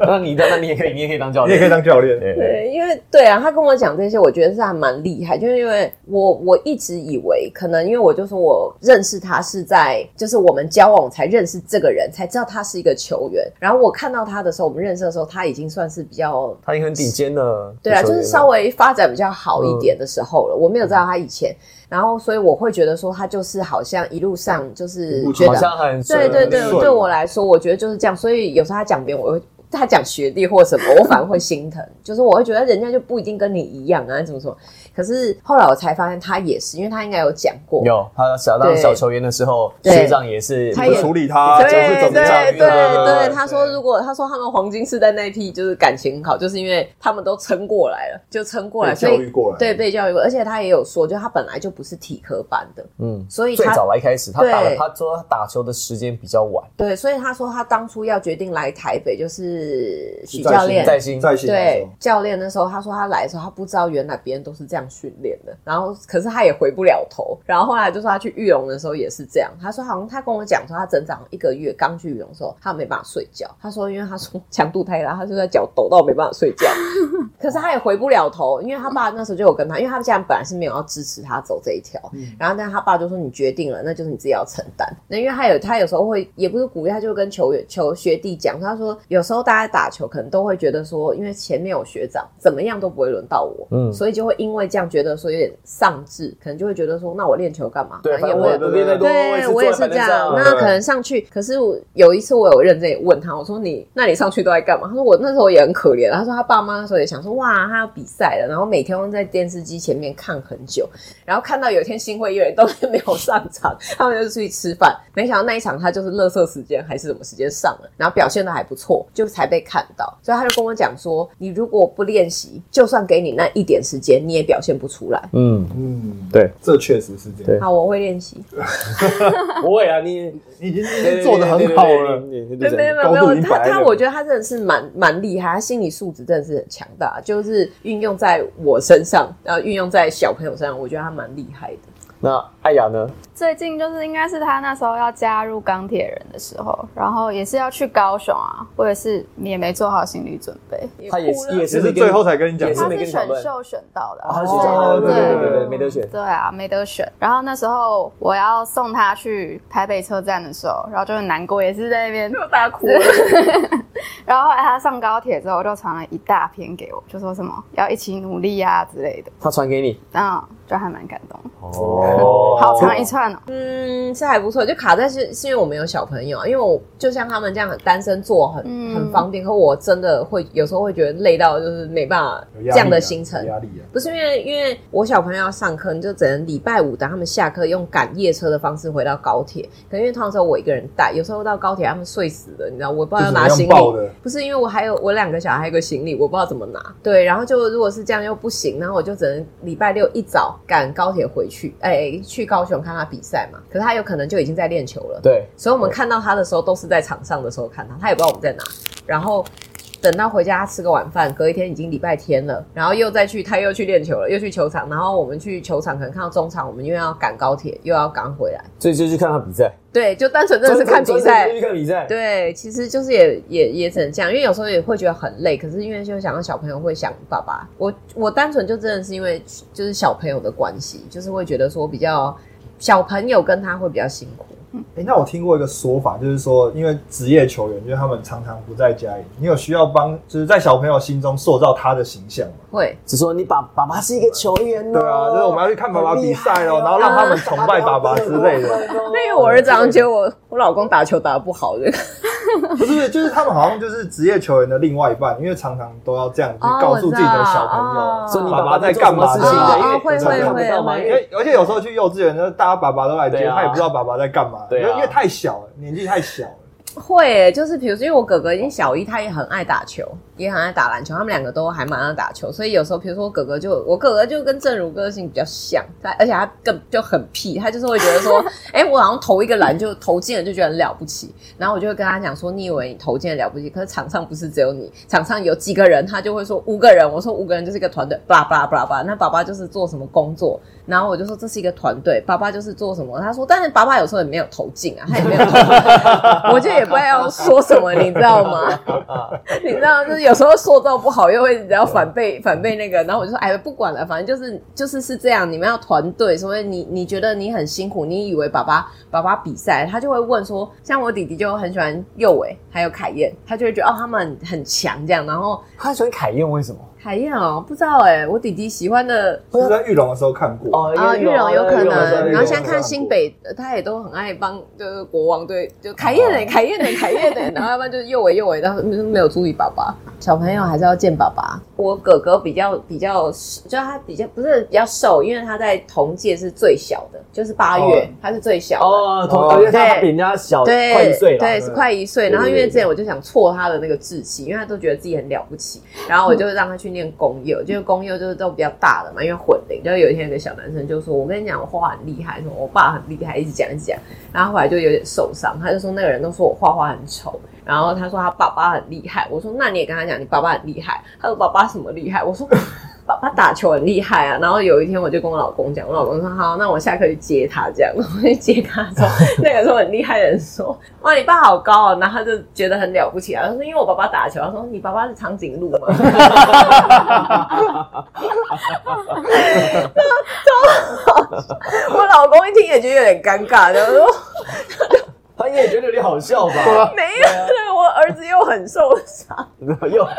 S2: 那你的，那你也可以，你也可以当教
S3: 你也
S2: 练，
S3: 可以当教练。
S2: 对对
S1: 对，因为对啊，他跟我讲这些，我觉得是还蛮厉害，就是因为我我一直以为可能因为我就说我认识他是在就是我们交往才认识这个人，才知道他是一个球员。然后我看到他的时候，我们认识的时候，他已经算是比较。
S2: 他已经很顶尖了。
S1: 对啊，
S2: 球
S1: 就
S2: 员
S1: 是
S2: 了
S1: 稍微发展比较好一点的时候了。我没有知道他以前，然后所以我会觉得说他就是好像一路上就是觉
S2: 好
S1: 得
S2: 像很
S1: 对对对，
S3: 顺
S1: 对我来说，我觉得就是这样。所以有时候他讲别人，我会他讲学弟或什么，我反而会心疼，就是我会觉得人家就不一定跟你一样啊，怎么说？可是后来我才发现他也是，因为他应该有讲过，
S2: 有他小当
S1: 对
S2: 小球员的时候，
S1: 对
S2: 学长也是
S1: 他
S3: 就
S1: 也
S3: 处理他，
S1: 对
S3: 就是
S1: 对
S3: 怎么样？
S1: 对对，他说
S3: 对
S1: 如果他说他们黄金世代那一批就是感情很好，就是因为他们都撑过来了，就撑过来，
S3: 被
S1: 所
S3: 教育
S1: 以
S3: 过来，
S1: 对，被教育过，而且他也有说，就他本来就不是体科班的，
S2: 嗯。
S1: 所以
S2: 最
S1: 他
S2: 早来开始，他打了，
S1: 对
S2: 他说他打球的时间比较晚，
S1: 对，所以他说他当初要决定来台北，就是就是许教练，
S2: 在新
S3: 在新来
S1: 对
S3: 说，
S1: 教练那时候他说他来的时候，他不知道原来别人都是这样训练的，然后可是他也回不了头。然后后来就说他去玉龙的时候也是这样，他说好像他跟我讲说他整长一个月刚去玉龙的时候，他没办法睡觉。他说因为他说强度太大，他就在脚抖到没办法
S3: [laughs]
S1: 睡觉。可是他也回不了头，因为他爸那时候就有跟他，因为他家人本来是没有要支持他走这一条，然后但他爸就说你决定了，那就是你自己要承担。那因为他有他有时候会也不是鼓励，他就会跟球员球学弟讲，他说有时候大家打球可能都会觉得说，因为前面有学长，怎么样都不会轮到我，
S2: 嗯
S1: 所以就会因为这样觉得说有点丧志，可能就会觉得说那我练球干嘛？
S2: 对，
S1: 反
S2: 反
S1: 正
S2: 正
S1: 也不会
S2: 我不练太多，
S1: 对，我
S2: 我
S1: 也
S2: 也
S1: 是这
S2: 是坐在板凳
S1: 样
S2: 上。
S1: 那可能上去，可是我有一次我有认真问他，我说你，那你上去都在干嘛？他说我那时候也很可怜。他说他爸妈那时候也想说，哇，他要比赛了，然后每天都在电视机前面看很久，然后看到有一天新会议员都没有上场， [laughs] 他们就出去吃饭，没想到那一场他就是乐色时间还是什么时间上了，然后表现的还不错，就才被看到。所以他就跟我讲说，你如果不练习，就算给你那一点时间，你也表现不出来。
S2: 嗯，
S3: 嗯，
S2: 对，
S3: 这确实是这
S2: 对
S3: 样。
S1: 好，我会练习。
S2: 不会啊，你
S3: 你已经
S2: 对对对
S3: 做的很好了，
S2: 对对对
S1: 对，
S2: 对对
S1: 没有没
S2: 对
S1: 有没
S3: 高度已
S1: 有，
S3: 经
S1: 他
S3: 摆在
S1: 他
S3: 那
S1: 我
S3: 里
S1: 觉得他真的是蛮蛮厉害，他心理素质真的是很强大，就是运用在我身上，然后运用在小朋友身上，我觉得他蛮厉害的。
S2: 那艾雅呢？
S5: 最近就是应该是他那时候要加入钢铁人的时候，然后也是要去高雄啊，我也是也没做好心理准备。
S2: 他也
S1: 哭
S2: 是
S1: 了
S2: 也
S3: 只
S2: 是
S3: 是最后才跟你讲
S2: 也。是
S5: 他
S2: 没跟
S5: 是
S2: 你讨
S5: 选
S2: 论。
S5: 秀选到的啊，
S2: 啊，他是
S3: 选
S2: 哦，对对
S5: 对
S2: 对对，没得选。
S5: 对啊，没得选。然后那时候我要送他去台北车站的时候，然后就很难过，也是在那边
S2: [laughs]
S1: 大哭
S5: [laughs] 然后后来他上高铁之后，就传了一大篇给我，就说什么要一起努力啊之类的，
S2: 他传给你
S5: 嗯，就还蛮感动。
S2: 哦
S5: 好长一串哦，
S1: 嗯，是还不错，就卡在是是因为我没有小朋友啊，因为我就像他们这样很单身做很、
S5: 嗯
S1: 很方便，可我真的会有时候会觉得累到就是没办法
S3: 有
S1: 这
S3: 压力啊
S1: 样的行程
S3: 有，压力啊，
S1: 不是因为因为我小朋友要上课，你就只能礼拜五等他们下课，用赶夜车的方式回到高铁。可能因为通常时候我一个人带，有时候到高铁他们睡死了，你知道，我不知道要拿
S3: 就是
S1: 行
S3: 怎么样抱
S1: 李
S3: 的。
S1: 不是因为我还有我两个小孩，还有一个行李，我不知道怎么拿。对，然后就如果是这样又不行，然后我就只能礼拜六一早赶高铁回去，哎、去高雄看他比赛嘛。可是他有可能就已经在练球了。
S2: 对，
S1: 所以我们看到他的时候都是在场上的时候看他，他也不知道我们在哪。然后等到回家他吃个晚饭，隔一天已经礼拜天了，然后又再去他又去练球了，又去球场，然后我们去球场可能看到中场，我们又要赶高铁，又要赶回来。
S2: 所以就去看他比赛，
S1: 对，就单纯真的是看比
S2: 专程
S1: 赛
S2: 就。去看比赛。
S1: 对，其实就是也也也只能这样，因为有时候也会觉得很累，可是因为就想到小朋友会想爸爸，我我单纯就真的是因为就是小朋友的关系，就是会觉得说比较小朋友跟他会比较辛苦。
S3: 哎，那我听过一个说法，就是说，因为职业球员，就是他们常常不在家里，你有需要帮，就是在小朋友心中塑造他的形象
S1: [laughs]
S3: 嘛？
S1: 会，
S2: 只说你爸爸爸是一个球员哦，
S3: 对啊，就是我们要去看爸爸比赛哦，然后让他们崇拜爸爸之类的。
S2: 哦
S1: 那因为我儿子好像觉得我我老公打球打得不好的，
S3: 不是，就是他们好像就是职业球员的另外一半，因为常常都要这样去
S1: 哦
S3: 告诉自己的小朋友，
S2: 说你
S3: 爸
S2: 爸
S3: 爸
S2: 爸
S3: 在
S2: 在
S3: 干
S2: 干
S3: 嘛
S2: 嘛
S3: 事
S2: 事
S3: 情
S2: 情
S3: 的
S2: 的，
S1: 因
S2: 因
S1: 为
S2: 为
S1: 会
S2: 常看
S1: 会
S2: 不到嘛，
S1: 会
S2: 因
S3: 因
S2: 为
S3: 为而且有时候去幼稚园，就是大家爸爸都来接，
S2: 对啊
S3: 他也不知道爸爸在干嘛，因
S2: 对啊
S3: 为因为太小了，年纪太小了。
S1: 会耶、就是比如说，因为我哥哥已经小一，他也很爱打球，也很爱打篮球，他们两个都还蛮爱打球，所以有时候，比如说我哥哥就我哥哥就跟正如个性比较像，他而且他更就很屁，他就是会觉得说，哎、我好像投一个篮就投进了，就觉得很了不起。然后我就会跟他讲说，你以为你投进了了不起，可是场上不是只有你，场上有几个人，他就会说五个人，我说五个人就是一个团队，巴拉巴拉巴拉巴拉。那爸爸就是做什么工作，然后我就说这是一个团队，爸爸就是做什么，他说，但是爸爸有时候也没有投进啊，他也没有投进。我就也不知道说什么，你知道吗？你知道，就是有时候塑造不好，又会然后反被反被那个，然后我就说，哎，不管了，反正就是就是是这样，你们要团队，所以你你觉得你很辛苦，你以为爸爸爸爸比赛，他就会问说，像我弟弟就很喜欢右伟还有凯燕，他就会觉得哦他们很很强这样，然后
S2: 他喜欢凯燕，为什么？
S1: 凯燕哦，不知道哎、我弟弟喜欢的
S3: 就是在玉龙的时候看过，
S2: 哦
S1: 啊，玉龙有可能，然后现在看
S3: 看过
S1: 新北，呃他也都很爱帮，就是国王队，就凯燕的，凯燕的，凯燕的，然后要不然就是右尾右尾，然后就是没有注意爸爸，小朋友还是要见爸爸。我哥哥比较比较，就他比较不是比较瘦，因为他在同届是最小的，就是八
S3: 哦
S1: 月，他是最小的。
S2: 哦，同哦，因为他比人家小
S1: 对，
S2: 快一岁了，
S1: 对，是快一岁。
S2: 对对
S1: 然后因为
S2: 对
S1: 之前我就想挫他的那个志气，因为他都觉得自己很了不起，然后我就让他去念公幼，就是公幼就是都比较大的嘛，因为混龄。然后有一天有个小男生就说：“我跟你讲，我画很厉害，说我爸很厉害，一直讲一直讲。”然后后来就有点受伤，他就说那个人都说我画画很丑。然后他说他爸爸很厉害，我说那你也跟他讲你爸爸很厉害。他说爸爸什么厉害？我说嗯爸爸打
S2: [laughs]
S1: 球很厉害啊。然后有一天我就跟我老公讲，我老公说好，那我下课去接他这样。我去接他的时候， [laughs] 那个时候很厉害的人说哇你爸好高哦，然后他就觉得很了不起啊。他说因为我爸爸打球，他说你爸爸是长颈鹿吗？ [laughs] 我老公一听也觉得有点尴尬，然后说。
S2: 他也觉得你好笑
S6: 对啊
S2: 吧？
S6: 吧？
S1: 没有，对啊我儿子又很受伤，
S2: [laughs] 又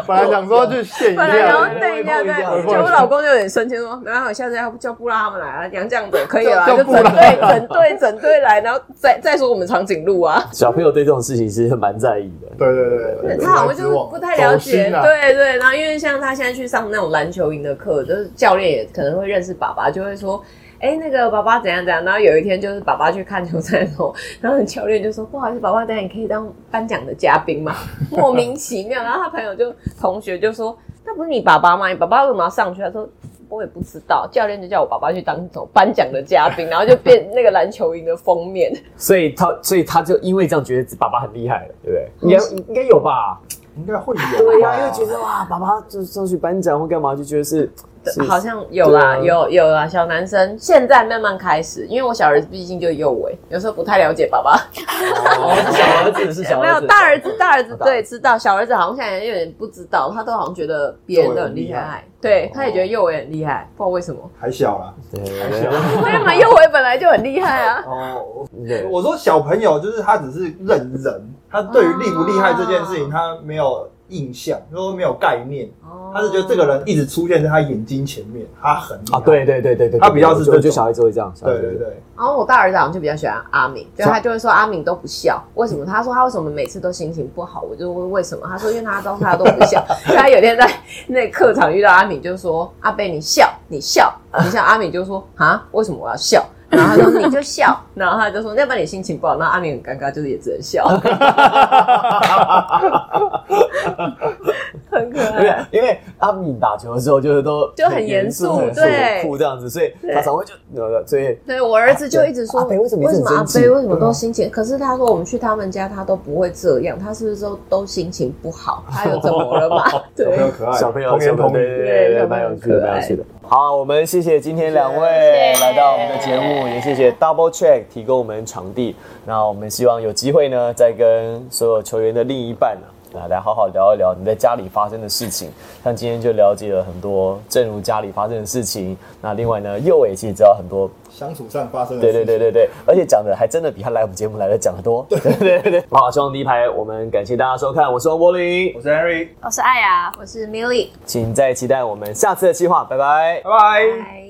S6: 本来想说去现一
S1: 本来然后
S6: 下
S1: 对
S2: 对，
S1: 一下
S2: 对
S1: 对，
S2: 对
S1: 结果我老公就有点生气，说没办法，下次要不叫布拉他们来啊，杨这样子可以了啊，
S6: 叫
S1: 就
S6: 叫布
S1: 整
S6: 拉
S1: 队整队整队来，然后再再说我们长颈鹿啊，
S2: [laughs] 小朋友对这种事情其实蛮在意的。
S6: 对对对对，
S1: 他好像就是不太了解，
S6: 走心啊
S1: 对对，然后因为像他现在去上那种篮球营的课，就是教练也可能会认识爸爸，就会说。哎，那个爸爸怎样怎样？然后有一天就是爸爸去看球赛的时候，然后教练就说：“不好意思，爸爸，等一下你可以当颁奖的嘉宾吗？”莫名其妙。然后他朋友就同学就说：“那不是你爸爸吗？你爸爸为什么要上去？”他说：“我也不知道。”教练就叫我爸爸去当什么颁奖的嘉宾，然后就变那个篮球营的封面。
S2: 所以他，所以他就因为这样觉得爸爸很厉害了，对不
S1: 嗯
S2: 对？应该应该有吧？
S3: 应该会有吧。
S2: 对
S1: 啊
S2: 呀，因为觉得哇，爸爸就是上去颁奖或干嘛，就觉得是是
S1: 呃好像有啦，
S2: 对啊
S1: 有有啦，小男生现在慢慢开始，因为我小儿子毕竟就幼微，有时候不太了解爸爸。
S2: 哦小儿子哦是小
S1: 没
S2: 儿
S1: 有
S2: 子，
S1: 大儿子，大儿子
S2: 大
S1: 对知道，小儿子好像现在有点不知道，他都好像觉得别人都很厉
S3: 幼微很厉
S1: 害
S3: 害，
S1: 对，他也觉得幼微很厉害，不知道为什么。 [laughs]
S3: 还小啦。
S2: 对对 [laughs] 对
S1: 为什么幼微本来就很厉害啊？
S3: 哦，
S2: 对
S3: 我说小朋友就是他只是认人，他对于厉不厉害这件事情他没有印象，说没有概念， [laughs]
S1: 哦
S3: 他是觉得这个人一直出现在他眼睛前面，他很厉害
S2: 啊，对对对对对，
S3: 他比较是
S2: 对
S3: 这
S2: 我
S3: 种
S2: 觉得小孩子会这样，小孩
S3: 对
S2: 子
S3: 对
S2: 会这样
S3: 对，
S1: 然后我大儿子好像就比较喜欢阿敏，就他就会说阿敏都不笑，为什么？他说他为什么每次都心情不好？我就问为什么？他说因为他都他都不笑。 [laughs] 他有一天在那课场遇到阿敏，就说阿贝你笑你笑你笑，阿敏就说啊为什么我要笑？然后他说你就笑， [laughs] 然后他就说要不然你心情不好，那阿敏很尴尬，就是也只能笑， [laughs] 很可
S2: 因为
S1: 爱。
S2: 因为阿敏打球的时候就是都
S1: 就很严肃
S2: 很
S1: 对
S2: 酷这样子，所以
S1: 对
S2: 他常会就呃，所以
S1: 对我儿子就一直说，
S2: 啊阿北为什么一
S1: 为
S2: 直
S1: 什
S2: 很
S1: 么阿
S2: 生气嗯
S1: 北为什么都心情？可是他说我们去他们家，他都不会这样，他是不是都都心情不好？他又怎么了
S2: [laughs]
S1: 嘛？
S3: 小朋
S1: 对
S3: 友，可爱，
S2: 小朋友
S3: 童言
S2: 小朋友
S3: 童
S2: 对
S3: 语。
S2: 对对对
S1: 对
S2: 对，
S1: 小朋友
S2: 蛮有趣的，
S1: 很可爱
S2: 蛮有趣的。好，我们谢谢今天两位来到我们的节目，也谢谢 Double Check 提供我们场地。那我们希望有机会呢，再跟所有球员的另一半呢、啊，来好好聊一聊你在家里发生的事情。像今天就了解了很多正如家里发生的事情。那另外呢，右伟其实知道很多
S6: 相处上发生的
S2: 对对对对对，而且讲的还真的比他来我们节目来的讲的 [laughs] 多。对对对对，好，希望第一排我们感谢大家收看，我是王柏林
S3: 我，是 Henry，
S5: 我是艾雅，
S1: 我是 Milly，
S2: 请再期待我们下次的计划，拜拜。
S3: 拜拜。
S1: 拜。